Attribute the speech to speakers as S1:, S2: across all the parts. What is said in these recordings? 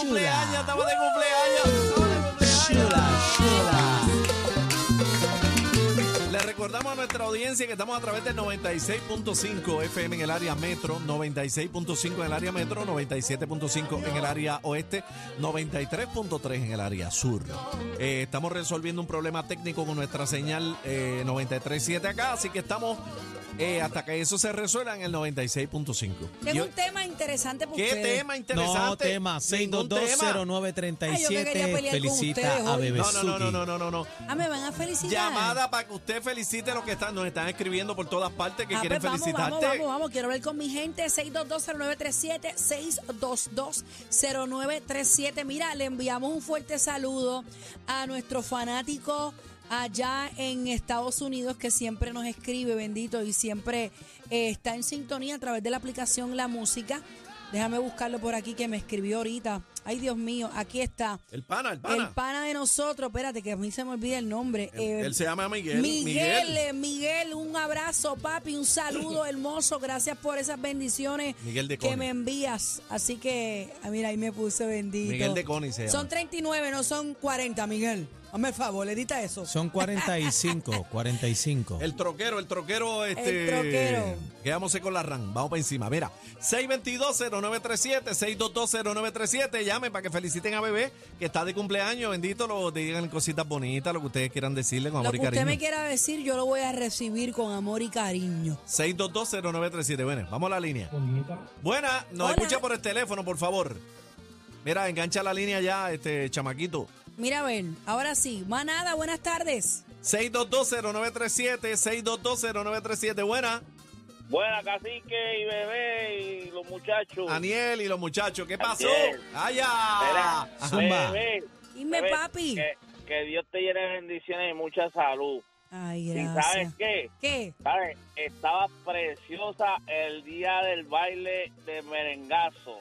S1: cumpleaños, estamos de cumpleaños. estamos de cumpleaños. Le recordamos a nuestra audiencia que estamos a través del 96.5 FM en el área metro, 96.5 en el área metro, 97.5 en el área oeste, 93.3 en el área sur. Eh, estamos resolviendo un problema técnico con nuestra señal eh, 93.7 acá, así que estamos eh, hasta que eso se resuelva en el 96.5. Y
S2: Tengo
S1: hoy-
S2: un tema interesante porque
S1: ¿Qué tema interesante?
S3: No, tema
S1: Ningún tema.
S2: Ay, yo me quería
S3: 6220937
S2: pelear con ustedes
S3: felicita a
S2: hoy.
S3: Bebé
S1: No, no, no,
S3: Suki.
S1: no, no, no, no.
S2: Ah, me van a felicitar.
S1: Llamada para que usted felicite a los que están, nos están escribiendo por todas partes que
S2: Ah,
S1: quieren
S2: pues vamos,
S1: felicitarte.
S2: Vamos, vamos, vamos, quiero hablar con mi gente. 6220937, 6220937. Mira, le enviamos un fuerte saludo a nuestro fanático allá en Estados Unidos que siempre nos escribe, bendito, y siempre eh, está en sintonía a través de la aplicación La Música. Déjame buscarlo por aquí que me escribió ahorita. Ay, Dios mío, aquí está.
S1: El pana, el pana.
S2: El pana de nosotros, espérate, que a mí se me olvida el nombre. Eh,
S1: Él se llama Miguel.
S2: Miguel,
S1: Miguel,
S2: eh, Miguel, un abrazo, papi, un saludo hermoso. Gracias por esas bendiciones
S1: Miguel de
S2: que
S1: Coni.
S2: me envías. Así que, ah, mira, ahí me puse bendito.
S1: Miguel de Coni se llama.
S2: Son 39, no son 40, Miguel. Hazme el favor, edita eso.
S3: Son 45, 45.
S1: El troquero, el troquero, este.
S2: troquero.
S1: Quedámosle con la RAN. Vamos para encima. Mira, 622-0937, 622-0937. Llamen para que feliciten a bebé que está de cumpleaños. Bendito, lo digan cositas bonitas, lo que ustedes quieran decirle con
S2: Lo
S1: amor
S2: que
S1: y
S2: usted me
S1: cariño.
S2: quiera decir, yo lo voy a recibir con amor y cariño.
S1: 622-0937. Bueno, vamos a la línea. Buena, nos
S2: Hola.
S1: escucha por el teléfono, por favor. Mira, engancha la línea ya, este chamaquito.
S2: Mira, a ver, ahora sí. Manada, buenas tardes.
S1: 6220937, 6220937. Buena,
S4: Buena, cacique y bebé y los muchachos.
S1: Aniel y los muchachos, ¿qué pasó?
S4: Aniel.
S1: ¡Allá!
S4: Mira,
S1: Ajá.
S3: Ah, Zumba.
S4: bebé,
S2: Dime,
S4: bebé,
S2: papi.
S4: Que, que Dios te llene de bendiciones y mucha salud.
S2: Ay,
S4: ¿Y
S2: gracias.
S4: sabes qué?
S2: ¿Qué?
S4: ¿Sabes? Estaba preciosa el día del baile de merengazo.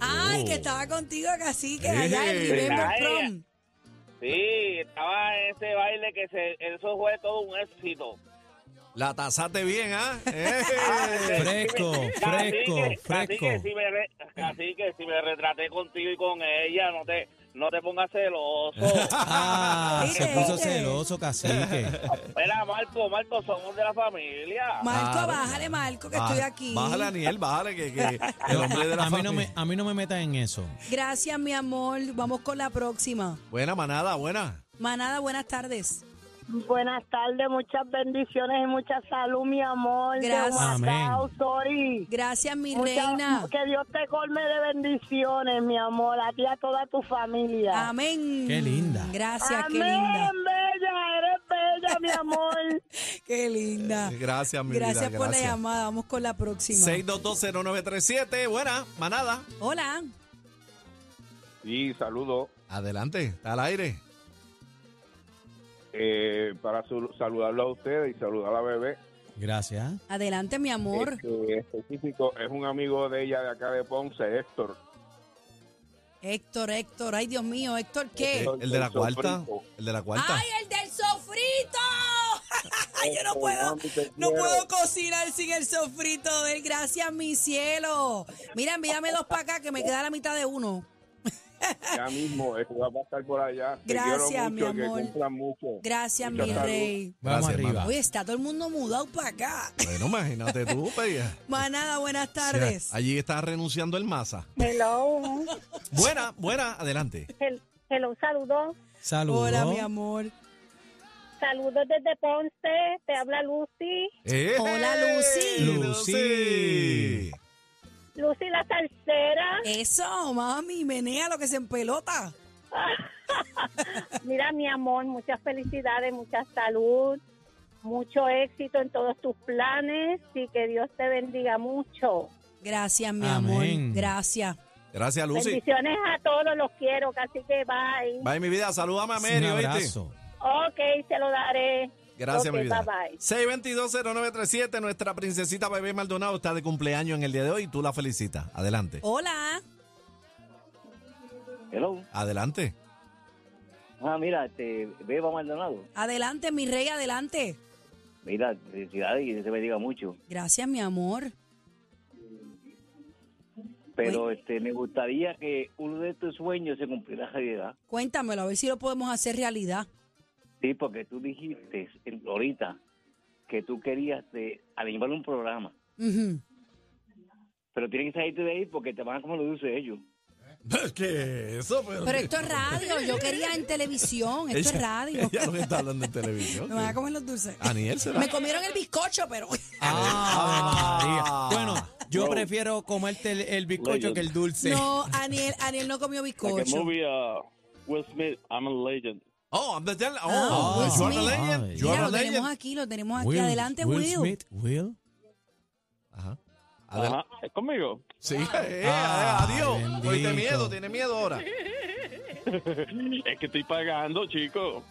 S2: Ay,
S1: Oh.
S2: que estaba contigo, cacique, allá en Remember
S4: Ay,
S2: Prom.
S4: Sí, estaba en ese baile que se, eso fue todo un éxito.
S1: La tasaste bien, ¿ah? ¡Eh!
S3: Fresco, fresco, fresco.
S4: Así que si me, re- cacique, si me retraté contigo y con ella, no te, no te pongas celoso.
S3: Ah, se
S2: Mire,
S3: puso
S2: mire.
S3: celoso, cacique.
S4: Mira, Marco, Marco, somos de la familia.
S2: Marco,
S1: Claro.
S2: bájale, Marco, que estoy
S1: Bájale-
S2: aquí.
S1: Ah. Bájale, Aniel, bájale, que, que el hombre de la
S3: a, mí no me,
S1: familia.
S3: a mí no me metas en eso.
S2: Gracias, mi amor. Vamos con la próxima.
S1: Buena manada, buena.
S2: Manada, buenas tardes.
S5: Buenas tardes, muchas bendiciones y mucha salud, mi amor.
S2: Gracias.
S5: Demasiado,
S3: Amén.
S5: sorry.
S2: Gracias, mi
S5: Mucha-
S2: reina.
S5: que Dios te colme de bendiciones, mi amor, a ti y a toda tu familia.
S2: Amén.
S3: Qué linda.
S2: Gracias, qué
S5: Amén,
S2: linda.
S5: bella, eres bella, mi amor.
S2: Qué linda.
S1: Gracias, mi
S2: Ah. Gracias
S1: vida.
S2: por la llamada. Vamos con la próxima.
S1: 6220937, buena, manada.
S2: Hola.
S6: Sí, saludo.
S1: Adelante, está al aire.
S6: eh, para su- saludarlo a ustedes y saludar a bebé.
S3: Gracias.
S2: Adelante, mi amor.
S6: Este, específico, es un amigo de ella de acá de Ponce, Héctor.
S2: Héctor, Héctor. Ay, Dios mío, Héctor, ¿qué?
S6: Héctor.
S1: Eh, El de la
S6: Sobrito.
S1: cuarta. El de la cuarta.
S2: Eh, ¡Ay, el del sofrito! Ay, yo no
S5: Este,
S6: Héctor,
S2: puedo,
S6: mami, te
S2: no
S6: quiero.
S2: puedo cocinar sin el sofrito de él. Gracias, mi cielo. Mira, envíame dos para acá que me queda la mitad de uno.
S6: Ya mismo, eh, va a pasar por allá. Te
S2: Gracias,
S6: quiero mucho,
S2: mi amor.
S6: Que cumplan mucho.
S2: Gracias, mi
S6: Muchas
S2: rey.
S3: Vamos
S1: Gracias,
S3: arriba.
S1: mamá.
S2: Oye, está todo el mundo mudado para acá.
S1: Bueno, imagínate tú, pedía.
S2: Manada, buenas tardes.
S1: Allí está renunciando el masa.
S5: Hello,
S1: Buena, buena, adelante.
S5: hello, saludos.
S3: Saludos.
S2: Hola, mi amor.
S5: Saludos desde Ponce, te habla Lucy,
S1: ¡Eh!
S2: Hola, Lucy.
S3: Lucy.
S5: Lucy la salsera.
S2: Eh. Eso, mami, menea lo que se empelota.
S5: Mira, mi amor, muchas felicidades, mucha salud, mucho éxito en todos tus planes y que Dios te bendiga mucho.
S2: Gracias, mi amor.
S3: Amén.
S2: Gracias.
S1: Gracias, Lucy.
S5: Bendiciones a todos, los quiero, casi que bye.
S1: Bye, mi vida. Salúdame a
S3: Un
S1: Mary, ¿oíste?
S3: abrazo.
S5: Ok, se lo daré.
S1: Gracias,
S5: Ok,
S1: mi vida.
S5: bye, bye.
S1: 6220937, nuestra princesita bebé Maldonado está de cumpleaños en el día de hoy. Tú la felicitas. Adelante.
S2: Oh. Hola.
S7: Hello.
S1: Adelante.
S7: Ah, mira, este, Beba Maldonado.
S2: Adelante, mi rey, adelante.
S7: Mira, felicidades y que se me diga mucho.
S2: Gracias, mi amor.
S7: Pero este, me gustaría que uno de tus sueños se cumpliera realidad.
S2: Cuéntamelo, a ver si lo podemos hacer realidad.
S7: Sí, porque tú dijiste en- ahorita que tú querías de, animar un programa.
S2: Ujú.
S7: Pero tienes que salirte de ahí porque te van a comer los dulces ellos.
S1: ¿Qué es eso?
S2: Pero esto es radio, yo quería en televisión, esto es radio.
S1: Ya no está hablando en televisión.
S2: Me van a comer los dulces.
S1: Aniel se
S2: Me comieron el bizcocho, pero...
S3: Ah, Ave María. Bueno, yo
S7: No.
S3: prefiero comerte el, el bizcocho
S7: No,
S3: que el dulce.
S2: No, Aniel, Aniel no comió
S6: Like a
S2: bizcocho.
S6: movie, uh, Will Smith, I'm a legend.
S1: Oh, I'm the tell-
S2: Ah,
S1: Oh,
S2: Will
S1: you are a
S2: Smith.
S1: legend.
S3: Ay.
S1: You
S2: Mira,
S1: are a
S2: lo tenemos
S1: legend.
S2: aquí, lo tenemos aquí. Adelante,
S3: Will
S2: Will.
S3: Smith, Will.
S1: Ajá. Adel-
S6: Ajá, ¿es conmigo?
S1: Sí, eh,
S3: Ah,
S1: adiós. Hoy
S3: bendito.
S1: tiene miedo, tiene miedo ahora.
S6: Es que estoy pagando, chico.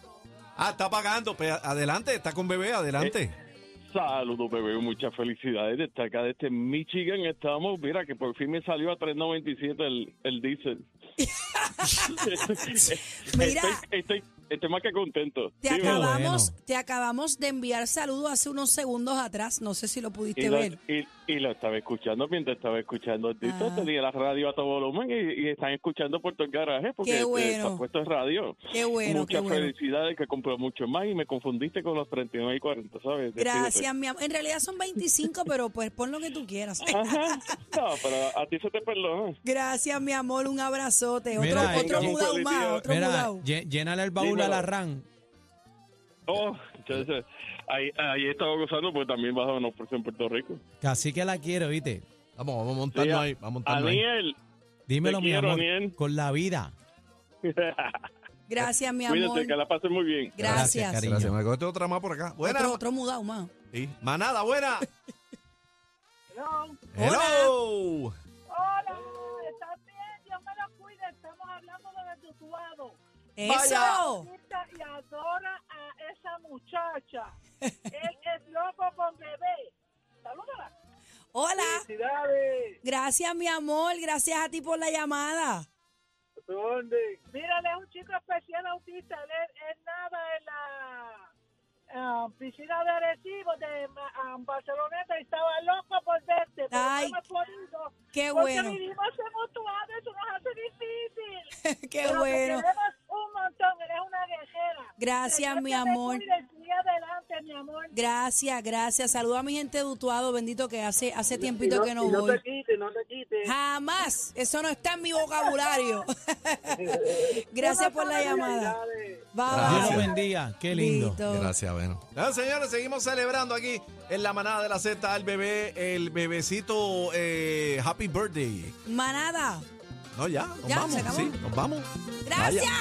S1: Ah, está pagando. Pe- Adelante, está con bebé, adelante.
S3: Eh,
S6: Saludos, bebé. Muchas felicidades. Está acá desde Michigan. Estamos, mira, que por fin me salió a 3.97 el, el diésel.
S2: Mira.
S6: Estoy, estoy, estoy más que contento.
S2: Te
S6: Sí, bebé.
S2: acabamos,
S3: bueno.
S2: te acabamos de enviar saludos hace unos segundos atrás. No sé si lo
S6: Y
S2: pudiste
S6: lo,
S2: ver.
S6: y- y lo estaba escuchando mientras estaba escuchando el disco.
S2: Ah.
S6: Tenía la radio a todo volumen y, y están escuchando por todo el garaje porque
S2: Qué
S6: eh,
S2: bueno.
S6: está puesto en radio.
S2: Qué bueno, qué
S6: Muchas
S2: bueno.
S6: felicidades que compró mucho más y me confundiste con los 39 y 40, ¿sabes? Decídete.
S2: Gracias, mi amor. En realidad son 25, pero pues pon lo que tú quieras.
S6: Ajá. No, pero a ti se te perdona.
S2: Gracias, mi amor. Un abrazote. Otro,
S3: Mira,
S2: otro
S6: eh,
S2: mudao
S6: felicidades.
S2: más, otro
S3: Mira,
S2: mudao.
S3: lle- llénale el baúl
S6: Dímelo.
S3: a la RAN.
S6: Oh, entonces, ahí, ahí estaba gozando porque también bajó una ofrece en Puerto Rico.
S3: Casi que la quiero, ¿viste?
S1: Vamos, vamos a montarnos
S6: Sí,
S1: ahí. Vamos a montarnos ahí.
S6: Daniel,
S3: Dímelo,
S6: Te
S3: mi
S6: quiero,
S3: amor.
S6: Aniel.
S3: Con la vida.
S2: Gracias, mi amor.
S6: cuídate, que la pases muy bien.
S2: Gracias.
S3: Gracias,
S1: Gracias, me cogiste otra más por acá. Buena.
S2: Otro, otro mudao más.
S1: Sí. Manada, buena.
S4: Hello.
S1: Hello.
S4: Hola, ¿estás bien? Dios me lo cuide. Estamos hablando de Tutuado.
S2: ¡Eso!
S4: Mira, y adora a esa muchacha. Él es loco con bebé. Salúdala.
S2: Hola.
S4: Felicidades.
S2: Gracias, mi amor. Gracias a ti por la llamada.
S4: ¿Dónde? Mira, él es un chico especial autista. Él es, es nada en la ah, piscina de Arecibo de ah, Barceloneta y estaba loco por verte. Pero
S2: Ay,
S4: no hemos podido.
S2: Qué
S4: porque
S2: bueno.
S4: vivimos en mutuado, eso nos hace difícil.
S2: Qué
S4: Pero te
S2: bueno.
S4: queremos un montón, eres una guerrera.
S2: Gracias,
S4: Te
S2: mi
S4: quiero, te
S2: amor.
S4: cuides, sigue adelante, mi amor.
S2: Gracias, gracias. Saludo a mi gente de Utuado, bendito que hace hace tiempito que no voy.
S4: quites, no te quites.
S2: Jamás, eso no está en mi vocabulario. gracias por la llamada.
S1: Gracias.
S3: Dios
S2: Bye,
S3: lo
S2: bye.
S3: bendiga. Qué lindo.
S2: Bendito.
S1: Gracias, bueno. Ah, señores, seguimos celebrando aquí en la manada de la Z el bebé, el bebecito eh, Happy Birthday.
S2: Manada,
S1: No, ya, nos
S2: Ya,
S1: vamos.
S2: se acabó.
S1: Sí, nos vamos.
S2: gracias.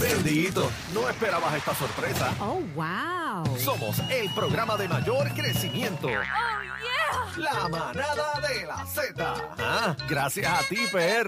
S8: Bendito, no esperabas esta sorpresa. Oh, wow. Somos el programa de mayor crecimiento. Oh, yeah. La manada de la Z. Ah, gracias a ti, PR.